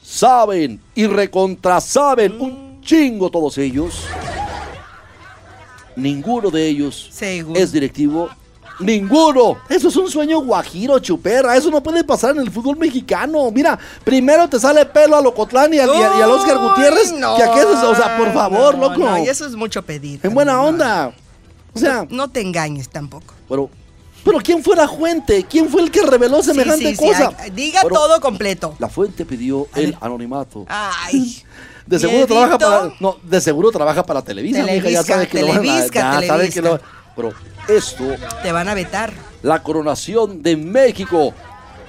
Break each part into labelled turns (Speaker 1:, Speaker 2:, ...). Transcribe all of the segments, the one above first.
Speaker 1: saben y recontrasaben un chingo todos ellos. Ninguno de ellos
Speaker 2: Según.
Speaker 1: es directivo. Ninguno. Eso es un sueño guajiro, chuperra. Eso no puede pasar en el fútbol mexicano. Mira, primero te sale pelo a Locotlán y al, y a- y al Oscar
Speaker 2: Uy,
Speaker 1: Gutiérrez.
Speaker 2: no,
Speaker 1: que a qué es eso? O sea, por favor,
Speaker 2: no,
Speaker 1: loco.
Speaker 2: no, y eso es mucho pedir.
Speaker 1: En
Speaker 2: también,
Speaker 1: buena
Speaker 2: no.
Speaker 1: onda. O sea,
Speaker 2: No te engañes tampoco.
Speaker 1: pero, pero ¿quién fue la fuente? ¿Quién fue el que reveló
Speaker 2: Sí,
Speaker 1: semejante
Speaker 2: sí, sí,
Speaker 1: cosa?
Speaker 2: ay, diga
Speaker 1: Bueno,
Speaker 2: todo completo.
Speaker 1: la fuente pidió el anonimato.
Speaker 2: Ay.
Speaker 1: De seguro
Speaker 2: miedito.
Speaker 1: trabaja para. No, de seguro trabaja para Televisa, mija, Ya
Speaker 2: Televisca,
Speaker 1: sabes que lo van a.
Speaker 2: Televisca,
Speaker 1: Ya sabes que lo-
Speaker 2: Televisca.
Speaker 1: Pero esto,
Speaker 2: Te van a vetar.
Speaker 1: la coronación de México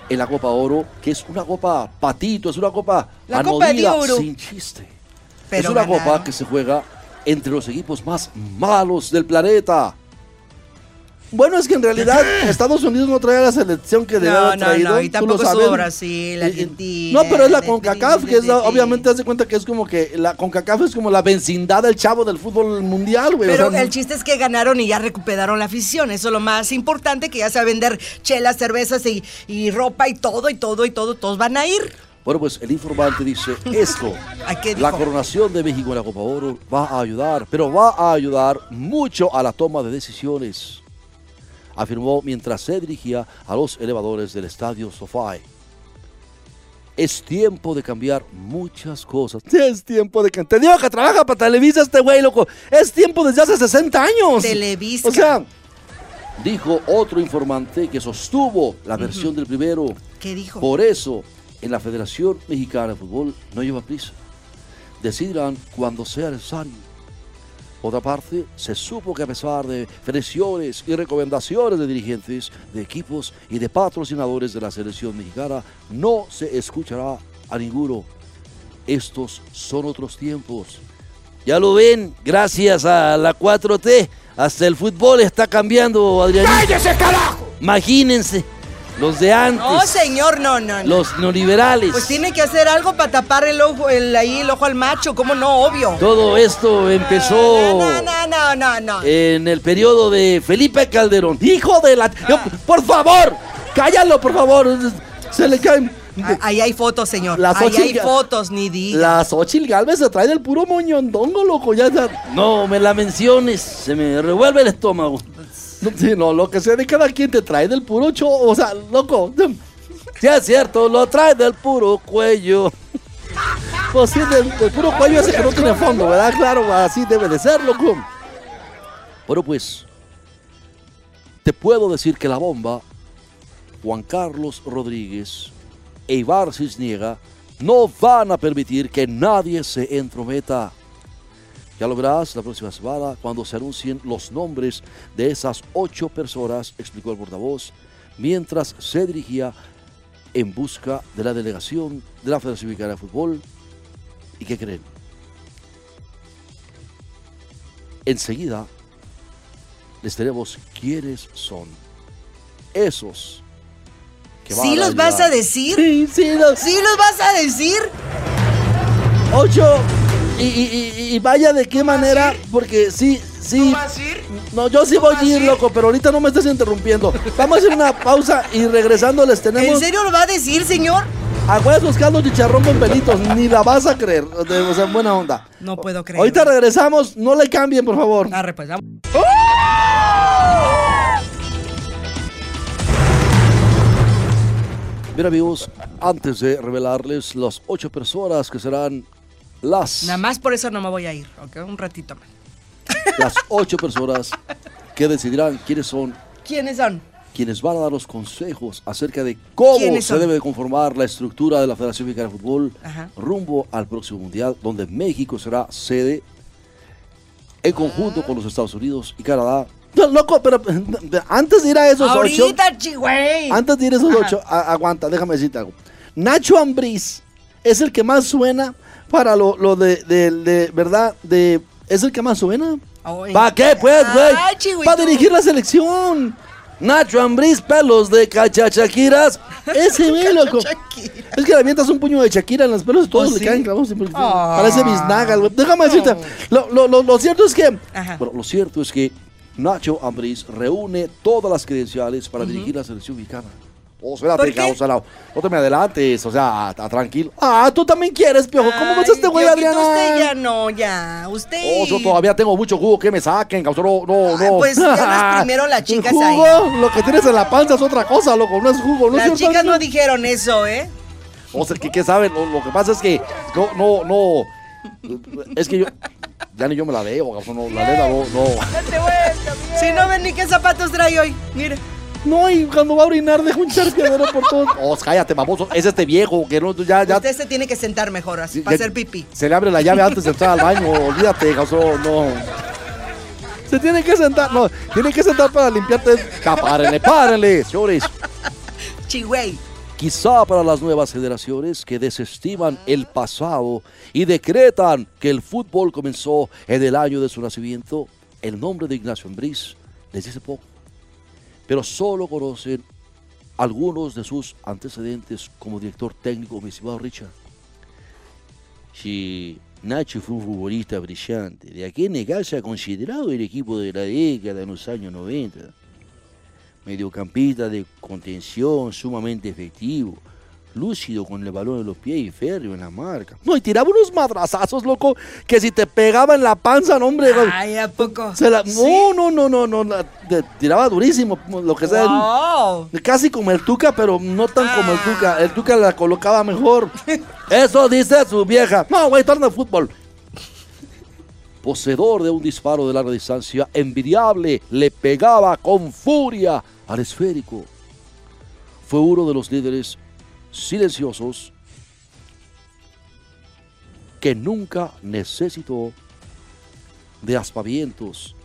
Speaker 1: en la Copa Oro, que es una copa patito, es una copa
Speaker 2: La Copa de
Speaker 1: anodina,
Speaker 2: Oro.
Speaker 1: sin chiste.
Speaker 2: Pero
Speaker 1: es una
Speaker 2: ganaron.
Speaker 1: copa que se juega entre los equipos más malos del planeta. Bueno, es que en realidad Estados Unidos no trae la selección que debe
Speaker 2: No,
Speaker 1: haber
Speaker 2: no,
Speaker 1: traído.
Speaker 2: no, y
Speaker 1: tú lo
Speaker 2: tampoco estuvo
Speaker 1: sabes.
Speaker 2: Brasil,
Speaker 1: Y- y-
Speaker 2: Argentina,
Speaker 1: No, pero es la
Speaker 2: de-
Speaker 1: CONCACAF,
Speaker 2: de-
Speaker 1: que es la-
Speaker 2: de- de-
Speaker 1: obviamente hace cuenta que es como que la CONCACAF es como la vecindad del chavo del fútbol mundial, güey. o
Speaker 2: Pero
Speaker 1: sea,
Speaker 2: el chiste es que ganaron y ya recuperaron la afición. Eso es lo más importante, que ya se va a vender chelas, cervezas y, y ropa y todo, y todo, y todo. Todos van a ir.
Speaker 1: Bueno, pues el informante dice esto.
Speaker 2: ¿A qué
Speaker 1: La
Speaker 2: dijo?
Speaker 1: coronación de México en la Copa Oro va a ayudar, pero va a ayudar mucho a la toma de decisiones, afirmó mientras se dirigía a los elevadores del estadio SoFi. Es tiempo de cambiar muchas cosas. Es tiempo de cambiar. Te digo que trabaja para Televisa este güey, loco. Es tiempo desde hace 60 años.
Speaker 2: Televisa.
Speaker 1: O sea, dijo otro informante que sostuvo la versión del primero.
Speaker 2: ¿Qué dijo?
Speaker 1: Por eso, en la Federación Mexicana de Fútbol no lleva prisa. Decidirán cuando sea necesario. Otra parte, se supo que a pesar de presiones y recomendaciones de dirigentes, de equipos y de patrocinadores de la selección mexicana, no se escuchará a ninguno. Estos son otros tiempos. Ya lo ven, gracias a la 4T, hasta el fútbol está cambiando, Adrián.
Speaker 3: ¡Cállese, carajo!
Speaker 1: Imagínense, los de antes.
Speaker 2: No, señor, no, no, no.
Speaker 1: Los neoliberales.
Speaker 2: Pues tiene que hacer algo para tapar el ojo, el, ahí el ojo al macho, ¿cómo no? Obvio.
Speaker 1: Todo esto empezó
Speaker 2: No, no, no, no, no.
Speaker 1: en el periodo de Felipe Calderón. ¡Hijo de la...
Speaker 2: Ah.
Speaker 1: Yo- ¡Por favor! ¡Cállalo, por favor! Se le caen...
Speaker 2: Ah, Ahí hay fotos, señor.
Speaker 1: Las
Speaker 2: Ahí
Speaker 1: ocho
Speaker 2: hay
Speaker 1: ya-
Speaker 2: fotos, ni diga.
Speaker 1: La Xochitl Galvez se trae del puro moñondongo, loco. Ya, ya- No me la menciones, se me revuelve el estómago. No, sí, no, lo que sea de cada quien te trae del puro cho... O sea, loco. Sí, es cierto, lo trae del puro cuello. Pues sí, del, del puro cuello ese que no tiene fondo, ¿verdad? Claro, así debe de ser, loco. Bueno, pues, te puedo decir que la bomba, Juan Carlos Rodríguez e Ibar Cisniega no van a permitir que nadie se entrometa. Ya lo verás la próxima semana cuando se anuncien los nombres de esas ocho personas, explicó el portavoz, mientras se dirigía en busca de la delegación de la Federación Mexicana de Fútbol. ¿Y qué creen? Enseguida les tenemos quiénes son esos que van
Speaker 2: ¿Sí los vas
Speaker 1: ayudar.
Speaker 2: a decir?
Speaker 1: Sí, sí, los,
Speaker 2: ¿Sí los vas a decir?
Speaker 1: Ocho. Y, y- y- y vaya de qué manera, porque sí, sí. No, yo sí voy a ir, loco, pero ahorita no me estés interrumpiendo. Vamos a hacer una pausa y regresando les
Speaker 2: ¿En
Speaker 1: tenemos
Speaker 2: serio lo va a decir, señor?
Speaker 1: a huevos buscando chicharrón con pelitos. Ni la vas a creer. O de- o sea, buena onda.
Speaker 2: No puedo creer.
Speaker 1: Ahorita regresamos, no le cambien, por favor.
Speaker 2: Arre, pues, vamos.
Speaker 1: Bien, amigos, antes de revelarles las ocho personas que serán las,
Speaker 2: Nada más por eso no me voy a ir, ¿ok? Un ratito más.
Speaker 1: las ocho personas que decidirán quiénes son
Speaker 2: ¿Quiénes son?
Speaker 1: quienes van a dar los consejos acerca de cómo
Speaker 2: ¿Quiénes
Speaker 1: se
Speaker 2: son?
Speaker 1: debe conformar la estructura de la Federación Mexicana de Fútbol
Speaker 2: Ajá.
Speaker 1: rumbo al próximo Mundial, donde México será sede en conjunto con los Estados Unidos y Canadá. No, loco, pero eh, antes de ir a esos ocho,
Speaker 2: Ahorita, chigüey.
Speaker 1: antes de ir a esos ocho, a- aguanta, déjame decirte algo. Nacho Ambriz es el que más suena para lo, lo de, de- de- ¿verdad? De, ¿Es el que más suena?
Speaker 2: Ay.
Speaker 1: ¿Para qué, pues,
Speaker 2: Ay,
Speaker 1: güey?
Speaker 2: chihuito.
Speaker 1: Para dirigir la selección. Nacho Ambriz, pelos de cachachaquiras. Ese güey, loco.
Speaker 2: Shakira.
Speaker 1: Es que le avientas un puño de Shakira en las pelos y todos
Speaker 2: Pues
Speaker 1: le
Speaker 2: sí.
Speaker 1: caen clavados. siempre.
Speaker 2: Ah.
Speaker 1: Parece mis nagas, güey. Déjame decirte. Lo, lo- lo- lo cierto es que.
Speaker 2: Ajá.
Speaker 1: Bueno, lo cierto es que Nacho Ambriz reúne todas las credenciales para dirigir la selección mexicana. Oh,
Speaker 2: ¿Por
Speaker 1: espérate,
Speaker 2: qué?
Speaker 1: causala. No te me adelantes, o sea, a- a- tranquilo. Ah, tú también quieres, piojo. ¿Cómo ves a
Speaker 2: Ay,
Speaker 1: este güey,
Speaker 2: Dioquito,
Speaker 1: Adriana?
Speaker 2: Usted ya no, ya. Usted.
Speaker 1: Oh, yo todavía tengo mucho jugo que me saquen, causó no, no,
Speaker 2: Ay,
Speaker 1: no.
Speaker 2: pues, ya las primero las chicas
Speaker 1: El
Speaker 2: ahí.
Speaker 1: jugo, lo que tienes en la panza es otra cosa, loco, no es jugo, no es
Speaker 2: Las
Speaker 1: cierto?
Speaker 2: chicas no dijeron eso, ¿eh?
Speaker 1: O sea, que, que saben, lo, lo que pasa es que no, no, no. Es que yo. Ya ni yo me la veo, causó no, la neta, no, no.
Speaker 2: Este Si no ven ni qué zapatos trae hoy. Mira.
Speaker 1: No, y cuando va a orinar deja un charqueadero por todo. Oh, cállate, baboso. Es este viejo que no, ya, ya.
Speaker 2: Usted se tiene que sentar mejor así,
Speaker 1: Ya-
Speaker 2: para hacer pipí.
Speaker 1: Se le abre la llave antes de entrar al baño, olvídate, causó, no. Se tiene que sentar, no, tiene que sentar para limpiarte. Ya, párenle, párenle, señores.
Speaker 2: Chigüey.
Speaker 1: Quizá para las nuevas generaciones que desestiman el pasado y decretan que el fútbol comenzó en el año de su nacimiento, el nombre de Ignacio Ambriz les dice poco. Pero solo conocen algunos de sus antecedentes como director técnico, mi estimado Richard. Si Nacho fue un futbolista brillante, de aquí negar se ha considerado el equipo de la década en los años 90 mediocampista de contención sumamente efectivo, lúcido con el balón en los pies y férreo en la marca. No, y tiraba unos madrazazos, loco, que si te pegaba en la panza, no, hombre. güey.
Speaker 2: Ay, ¿a poco?
Speaker 1: se la-
Speaker 2: ¿Sí?
Speaker 1: No, no, no, no, no, la- te- tiraba durísimo, lo que sea.
Speaker 2: Wow.
Speaker 1: Casi como el Tuca, pero no tan como el Tuca. El Tuca la colocaba mejor. Eso dice su vieja. No, güey, torna fútbol. Poseedor de un disparo de larga distancia envidiable, le pegaba con furia al esférico. Fue uno de los líderes silenciosos que nunca necesitó de aspavientos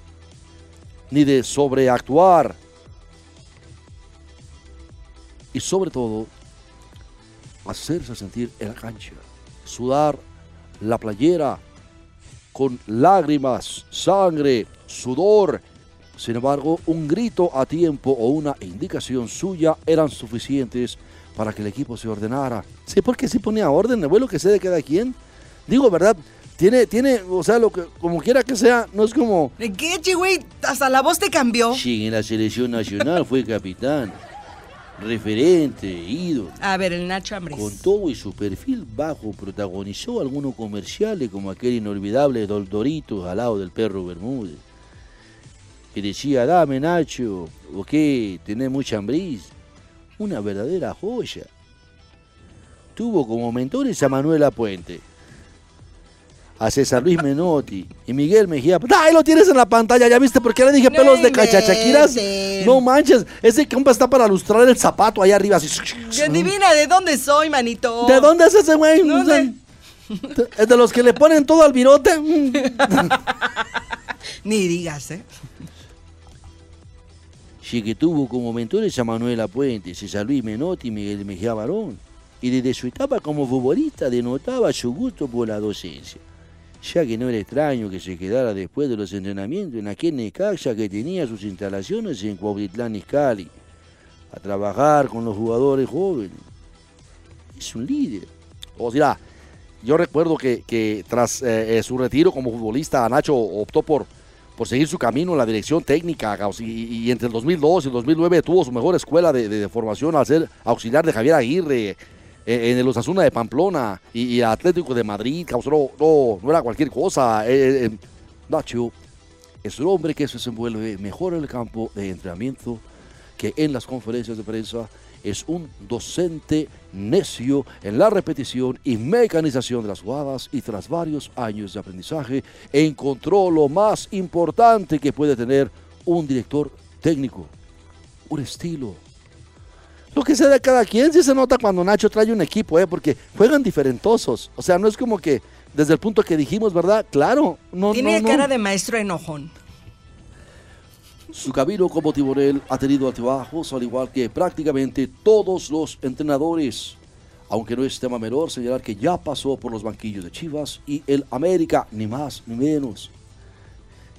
Speaker 1: ni de sobreactuar y sobre todo hacerse sentir en la cancha, sudar la playera con lágrimas, sangre, sudor. Sin embargo, un grito a tiempo o una indicación suya eran suficientes para que el equipo se ordenara. Sí, porque si ponía orden, abuelo, que sé de cada quien. Digo, ¿verdad? Tiene, tiene, o sea, lo que, como quiera que sea, no es como...
Speaker 2: ¿De qué, Chigüey? Hasta la voz te cambió.
Speaker 1: Sí, en la selección nacional fue capitán, referente, ídolo.
Speaker 2: A ver, el Nacho Ambriz.
Speaker 1: Con todo y su perfil bajo, protagonizó algunos comerciales como aquel inolvidable Dol Doritos al lado del perro Bermúdez. Que decía, dame Nacho, o que tenés mucha hambriz. Una verdadera joya. Tuvo como mentores a Manuela Puente, a César Luis Menotti y Miguel Mejía. ¡Ah, ahí lo tienes en la pantalla! ¿Ya viste por qué le dije
Speaker 2: No
Speaker 1: pelos de cachachaquiras?
Speaker 2: inventes.
Speaker 1: No manches, ese compa está para lustrar el zapato allá arriba. Así.
Speaker 2: Y Adivina de dónde soy, manito.
Speaker 1: ¿De dónde es ese güey?
Speaker 2: No
Speaker 1: O sea,
Speaker 2: sé.
Speaker 1: ¿Es de los que le ponen todo al virote? Mm.
Speaker 2: Ni digas, ¿eh?
Speaker 1: Sí que tuvo como mentores a Manuela Puente, César Luis Menotti y Miguel Mejía Barón. Y desde su etapa como futbolista denotaba su gusto por la docencia. Ya que no era extraño que se quedara después de los entrenamientos en aquel Necaxa que tenía sus instalaciones en Cuauhtitlán Izcalli, a trabajar con los jugadores jóvenes. Es un líder. O sea, yo recuerdo que, que tras eh, eh, su retiro como futbolista, Nacho optó por, por seguir su camino en la dirección técnica. Gauss, Y, y entre el 2002 y el 2009 tuvo su mejor escuela de, de- de formación al ser auxiliar de Javier Aguirre eh, en el Osasuna de Pamplona y, y Atlético de Madrid. Gauss, no, no, no era cualquier cosa. Eh, eh, eh, Nacho es un hombre que se desenvuelve mejor en el campo de entrenamiento que en las conferencias de prensa es un docente necio en la repetición y mecanización de las jugadas y tras varios años de aprendizaje encontró lo más importante que puede tener un director técnico, un estilo. Lo que sea de cada quien sí se nota cuando Nacho trae un equipo, ¿eh? porque juegan diferentosos. O sea, no es como que desde el punto que dijimos, ¿verdad? Claro, no,
Speaker 2: Tiene
Speaker 1: no, no.
Speaker 2: cara de maestro enojón.
Speaker 1: Su camino como timonel ha tenido altibajos, al igual que prácticamente todos los entrenadores. Aunque no es tema menor señalar que ya pasó por los banquillos de Chivas y el América, ni más ni menos.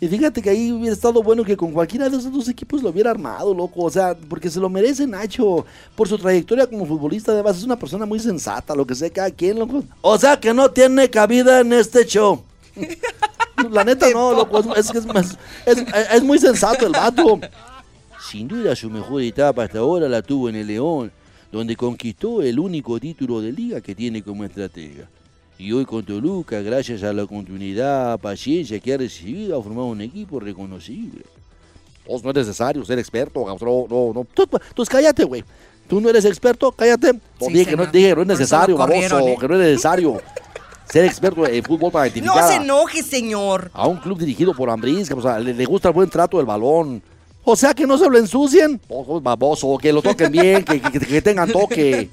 Speaker 1: Y fíjate que ahí hubiera estado bueno que con cualquiera de esos dos equipos lo hubiera armado, loco. O sea, porque se lo merece Nacho. Por su trayectoria como futbolista, además es una persona muy sensata, lo que sea cada quien, loco. O sea, que no tiene cabida en este show. La neta no, loco. Es, es, que es más- es- es muy sensato el vato. Sin duda su mejor etapa hasta ahora la tuvo en el León, donde conquistó el único título de liga que tiene como estratega. Y hoy con Toluca, gracias a la continuidad, paciencia que ha recibido, ha formado un equipo reconocible. Vos no es necesario ser experto, Gabs, no, no, no. Tú, tú cállate, güey. Tú no eres experto, cállate. No,
Speaker 2: Sí,
Speaker 1: dije, que no,
Speaker 2: señor.
Speaker 1: dije que no
Speaker 2: Por eso lo
Speaker 1: es necesario,
Speaker 2: corrieron,
Speaker 1: baboso,
Speaker 2: ¿eh?
Speaker 1: que no es necesario ser experto en fútbol para
Speaker 2: No
Speaker 1: identificar
Speaker 2: se
Speaker 1: a-
Speaker 2: enoje, señor.
Speaker 1: a un club dirigido por Ambriz, que o sea, le, le gusta el buen trato del balón. O sea, que no se lo ensucien. O- o Oh, baboso, que lo toquen bien, que, que- que tengan toque.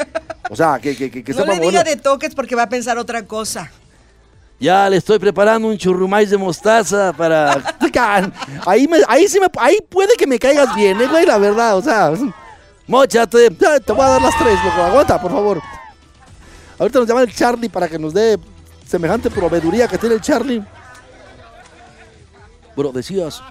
Speaker 1: O sea, que, que, que, que
Speaker 2: No
Speaker 1: sepan
Speaker 2: le diga
Speaker 1: moverlo.
Speaker 2: de toques porque va a pensar otra cosa.
Speaker 1: Ya le estoy preparando un churrumais de mostaza para. Can. Ahí, me, ahí sí me. Ahí puede que me caigas bien, eh, güey, la verdad. O sea, mochate. Te voy a dar las tres, loco. Aguanta, por favor. Ahorita nos llama el Charlie para que nos dé semejante proveeduría que tiene el Charlie. Bueno, decías.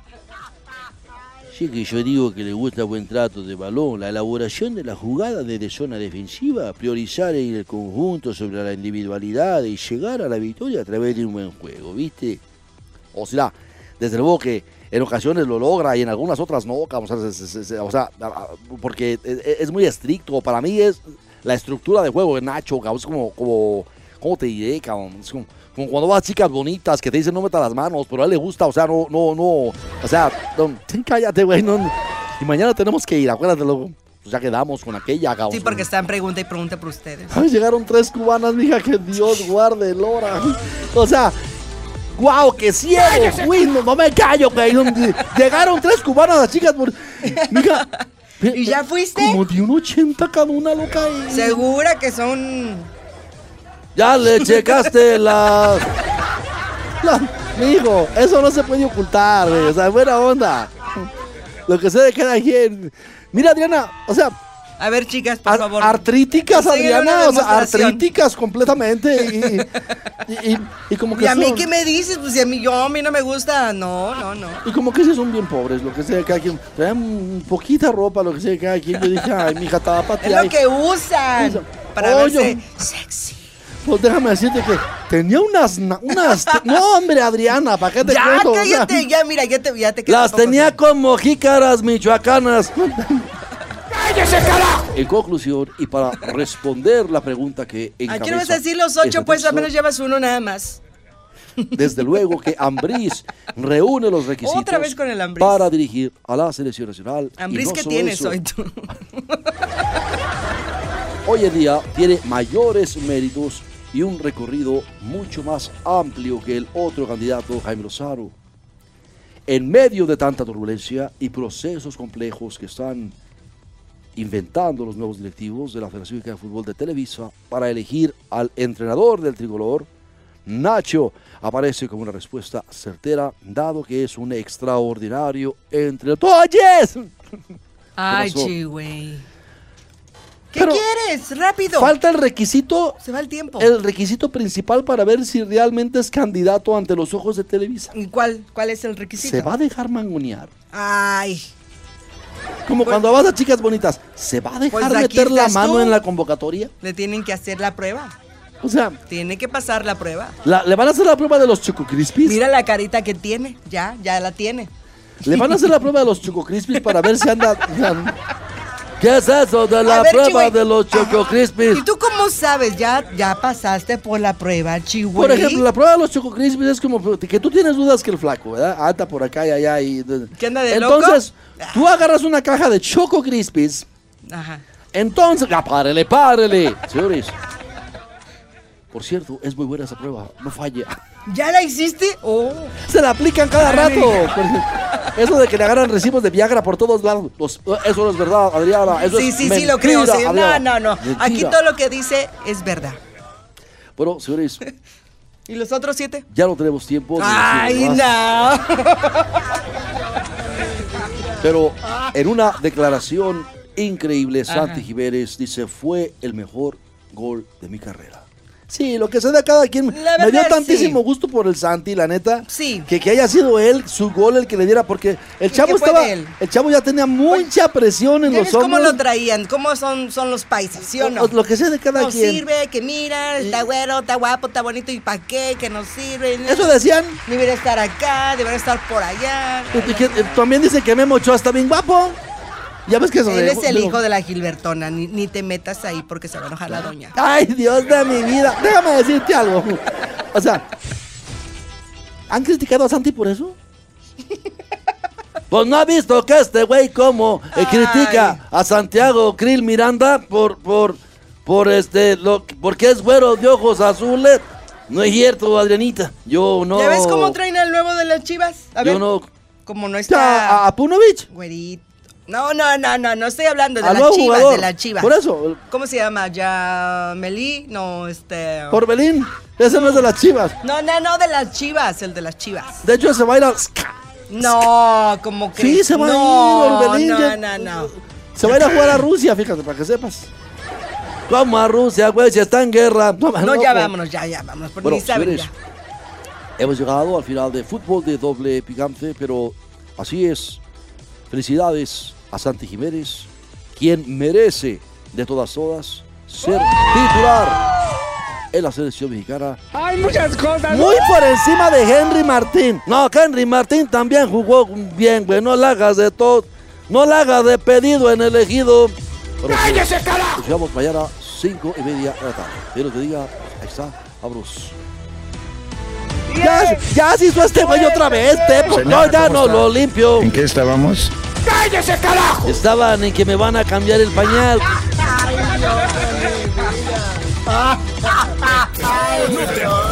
Speaker 1: Sí, que yo digo que le gusta buen trato de balón, la elaboración de la jugada desde zona defensiva, priorizar el conjunto sobre la individualidad y llegar a la victoria a través de un buen juego, ¿viste? O sea, desde luego que en ocasiones lo logra y en algunas otras no, cabrón, o sea, se- se- se- o sea, a- a- porque es, es muy estricto. Para mí es la estructura de juego de Nacho, cabrón, es como, como, ¿cómo te diré, cabrón? Es como, como cuando vas a chicas bonitas que te dicen no metas las manos, pero a él le gusta, o sea, no, no, no, o sea, no, cállate, güey, no, no. y mañana tenemos que ir, acuérdate, luego, pues ya quedamos con aquella, cabrón.
Speaker 2: Sí, porque están pregunta y pregunta por ustedes.
Speaker 1: Ay, llegaron tres cubanas, mija, que Dios guarde el hora. O sea, guau, que ciego, güey, no, no me callo, güey. No, Llegaron tres cubanas, las chicas, por- mija.
Speaker 2: ¿Y ya fuiste?
Speaker 1: Como de un 80 cada una, loca. y-
Speaker 2: Segura que son.
Speaker 1: Ya le checaste la... la... Mijo, eso no se puede ocultar, güey. O sea, buena onda. Lo que sé de cada quien. Mira, Adriana, o sea,
Speaker 2: A ver, chicas, por
Speaker 1: Ar-
Speaker 2: favor.
Speaker 1: Artríticas,
Speaker 2: Enseñen
Speaker 1: Adriana,
Speaker 2: una
Speaker 1: o sea,
Speaker 2: demostración.
Speaker 1: artríticas completamente. Y, y- y- y como que
Speaker 2: ¿Y a mí
Speaker 1: son-
Speaker 2: qué me dices? Pues si a mí yo, a mí no me gusta. No, no, no.
Speaker 1: y como que sí son bien pobres, lo que sea, cada quien. Traen un poquita ropa, lo que sea, cada quien. Yo dije, ay, mija, estaba
Speaker 2: Es lo que usan para
Speaker 1: Oye.
Speaker 2: verse sexy.
Speaker 1: Pues déjame decirte que tenía unas. na- unas no, hombre, Adriana, ¿para qué te
Speaker 2: Ya,
Speaker 1: cuento? O sea,
Speaker 2: cállate, ya, mira, ya te, ya te quedas
Speaker 1: Las
Speaker 2: poco
Speaker 1: tenía
Speaker 2: serio.
Speaker 1: como jícaras michoacanas. En conclusión, y para responder la pregunta que encabeza...
Speaker 2: Aquí no vas a decir los ocho,
Speaker 1: este
Speaker 2: pues al
Speaker 1: texto,
Speaker 2: menos llevas uno nada más.
Speaker 1: Desde luego que Ambriz reúne los requisitos
Speaker 2: Otra vez con el Ambriz.
Speaker 1: para dirigir a la selección nacional. y
Speaker 2: Ambris,
Speaker 1: no
Speaker 2: ¿qué
Speaker 1: solo
Speaker 2: tienes
Speaker 1: eso,
Speaker 2: hoy tú?
Speaker 1: Hoy en día tiene mayores méritos y un recorrido mucho más amplio que el otro candidato, Jaime Lozaro. En medio de tanta turbulencia y procesos complejos que están inventando los nuevos directivos de la Federación Mexicana de Fútbol de Televisa para elegir al entrenador del tricolor, Nacho aparece como una respuesta certera, dado que es un extraordinario entre todos.
Speaker 2: Ay,
Speaker 1: pasó?
Speaker 2: chi, güey. ¿Qué
Speaker 1: Pero-
Speaker 2: quieres? Rápido.
Speaker 1: Falta el requisito
Speaker 2: Se va el tiempo.
Speaker 1: el requisito principal para ver si realmente es candidato ante los ojos de Televisa.
Speaker 2: ¿Y cuál, cuál es el requisito?
Speaker 1: Se va a dejar mangonear.
Speaker 2: Ay,
Speaker 1: Como cuando vas a chicas bonitas, ¿se va a dejar
Speaker 2: Pues aquí
Speaker 1: meter la
Speaker 2: estás
Speaker 1: mano
Speaker 2: tú.
Speaker 1: en la convocatoria?
Speaker 2: le tienen que hacer la prueba.
Speaker 1: O sea,
Speaker 2: Tiene que pasar la prueba.
Speaker 1: la- ¿le van a hacer la prueba de los Choco Crispies?
Speaker 2: Mira la carita que tiene. Ya, ya la tiene.
Speaker 1: ¿Le van a hacer la prueba de los Choco Crispies para ver si anda. ¿Qué es eso de
Speaker 2: A
Speaker 1: la
Speaker 2: ver,
Speaker 1: prueba
Speaker 2: Chihuahua.
Speaker 1: de los Choco
Speaker 2: Ajá.
Speaker 1: Crispies?
Speaker 2: ¿Y tú cómo sabes? Ya, ya pasaste por la prueba, chihuahua.
Speaker 1: Por ejemplo, la prueba de los Choco Crispies es como que tú tienes dudas que el flaco, ¿verdad? Anda por acá y allá y.
Speaker 2: ¿Qué anda de loco? Ah.
Speaker 1: Entonces, tú agarras una caja de Choco Crispies.
Speaker 2: Ajá.
Speaker 1: Entonces, ya párele, párele. Señores. Por cierto, es muy buena esa prueba. No falla.
Speaker 2: ¿Ya la hiciste? Oh.
Speaker 1: Se la aplican cada rato. Eso de que le agarran recibos de Viagra por todos lados. Los- eso no es verdad, Adriana. Eso
Speaker 2: sí,
Speaker 1: es
Speaker 2: sí, sí, lo creo.
Speaker 1: mentira,
Speaker 2: sí. No, no,
Speaker 1: Adriana.
Speaker 2: no. Aquí
Speaker 1: Mentira.
Speaker 2: todo lo que dice es verdad.
Speaker 1: Bueno, señores,
Speaker 2: ¿Y los otros siete?
Speaker 1: ya no tenemos tiempo. ni
Speaker 2: Ay,
Speaker 1: decir más.
Speaker 2: no.
Speaker 1: Pero
Speaker 2: Ah.
Speaker 1: en una declaración increíble, Santi Jiménez dice, fue el mejor gol de mi carrera. Sí, lo que se da cada quien.
Speaker 2: La
Speaker 1: me dio
Speaker 2: verdad,
Speaker 1: tantísimo
Speaker 2: sí.
Speaker 1: gusto por el Santi, la neta.
Speaker 2: Sí.
Speaker 1: Que, que haya sido él, su gol, el que le diera, porque
Speaker 2: qué
Speaker 1: el chavo
Speaker 2: fue
Speaker 1: estaba.
Speaker 2: de él?
Speaker 1: El chavo ya tenía mucha presión en
Speaker 2: ¿Ya
Speaker 1: los
Speaker 2: ves cómo
Speaker 1: hombros.
Speaker 2: lo traían? ¿Cómo son, son los paisas? ¿Sí o no?
Speaker 1: O- o Lo que sea de cada
Speaker 2: no
Speaker 1: quien.
Speaker 2: sirve, que mira, está güero, está guapo, está bonito, ¿y pa' qué? Que no sirve. no.
Speaker 1: Eso decían.
Speaker 2: Debería estar acá, debería estar por allá.
Speaker 1: Y- y que- eh, también dice que Memo Ochoa está bien guapo. Ya ves que eso
Speaker 2: Él
Speaker 1: de-
Speaker 2: es el
Speaker 1: digo,
Speaker 2: hijo de la Gilbertona, ni, ni te metas ahí porque se va a enojar la doña.
Speaker 1: Ay, Dios de mi vida. Déjame decirte algo. O sea, ¿han criticado a Santi por eso? Pues no ha visto que este güey como eh, critica a Santiago Krill Miranda por por por este lo porque es güero de ojos azules. No es cierto, Adrianita. Yo no.
Speaker 2: ¿Ya ves cómo traen al nuevo de las chivas? A ver,
Speaker 1: Yo no.
Speaker 2: como no
Speaker 1: A,
Speaker 2: está
Speaker 1: a Punovich.
Speaker 2: güerito. No, no, no, no, no estoy hablando de
Speaker 1: Al
Speaker 2: las
Speaker 1: nuevo
Speaker 2: chivas,
Speaker 1: jugador.
Speaker 2: de las chivas.
Speaker 1: Por eso,
Speaker 2: ¿Cómo se llama? ¿Ya Melí? No, este...
Speaker 1: Orbelín. Ese no es de las chivas.
Speaker 2: No, no, no, de las chivas, el de las chivas.
Speaker 1: De hecho, ese baila.
Speaker 2: No, como que...
Speaker 1: Sí, se va
Speaker 2: no,
Speaker 1: a ir Orbelín.
Speaker 2: No,
Speaker 1: ya-
Speaker 2: no, no.
Speaker 1: Se va a ir a jugar a Rusia, fíjate, para que sepas. Vamos a Rusia, güey, si está en guerra. No,
Speaker 2: No, ya
Speaker 1: pues.
Speaker 2: vámonos, ya, ya, vámonos. Porque
Speaker 1: Bueno,
Speaker 2: ni saben
Speaker 1: señores,
Speaker 2: ya.
Speaker 1: hemos llegado al final de fútbol de doble picante, pero así es. Felicidades a Santi Jiménez, quien merece de todas todas ser titular en la selección mexicana.
Speaker 3: Hay muchas cosas.
Speaker 1: Muy por encima de Henry Martín. No, Henry Martín también jugó bien, güey. No la hagas de todo. No la hagas de pedido en el ejido. Pero sí,
Speaker 3: ¡Cállese, carajo!
Speaker 1: nos vemos mañana, cinco y media de la tarde. Dios te diga, ahí está, vámonos. Ya, ya se hizo este güey otra vez, Pepo. No,
Speaker 4: Señora,
Speaker 1: ya
Speaker 4: ¿cómo
Speaker 1: no
Speaker 4: está?
Speaker 1: lo limpio.
Speaker 4: ¿En qué estábamos?
Speaker 3: ¡Cállese, carajo!
Speaker 1: Estaban en que me van a cambiar el pañal.
Speaker 4: No te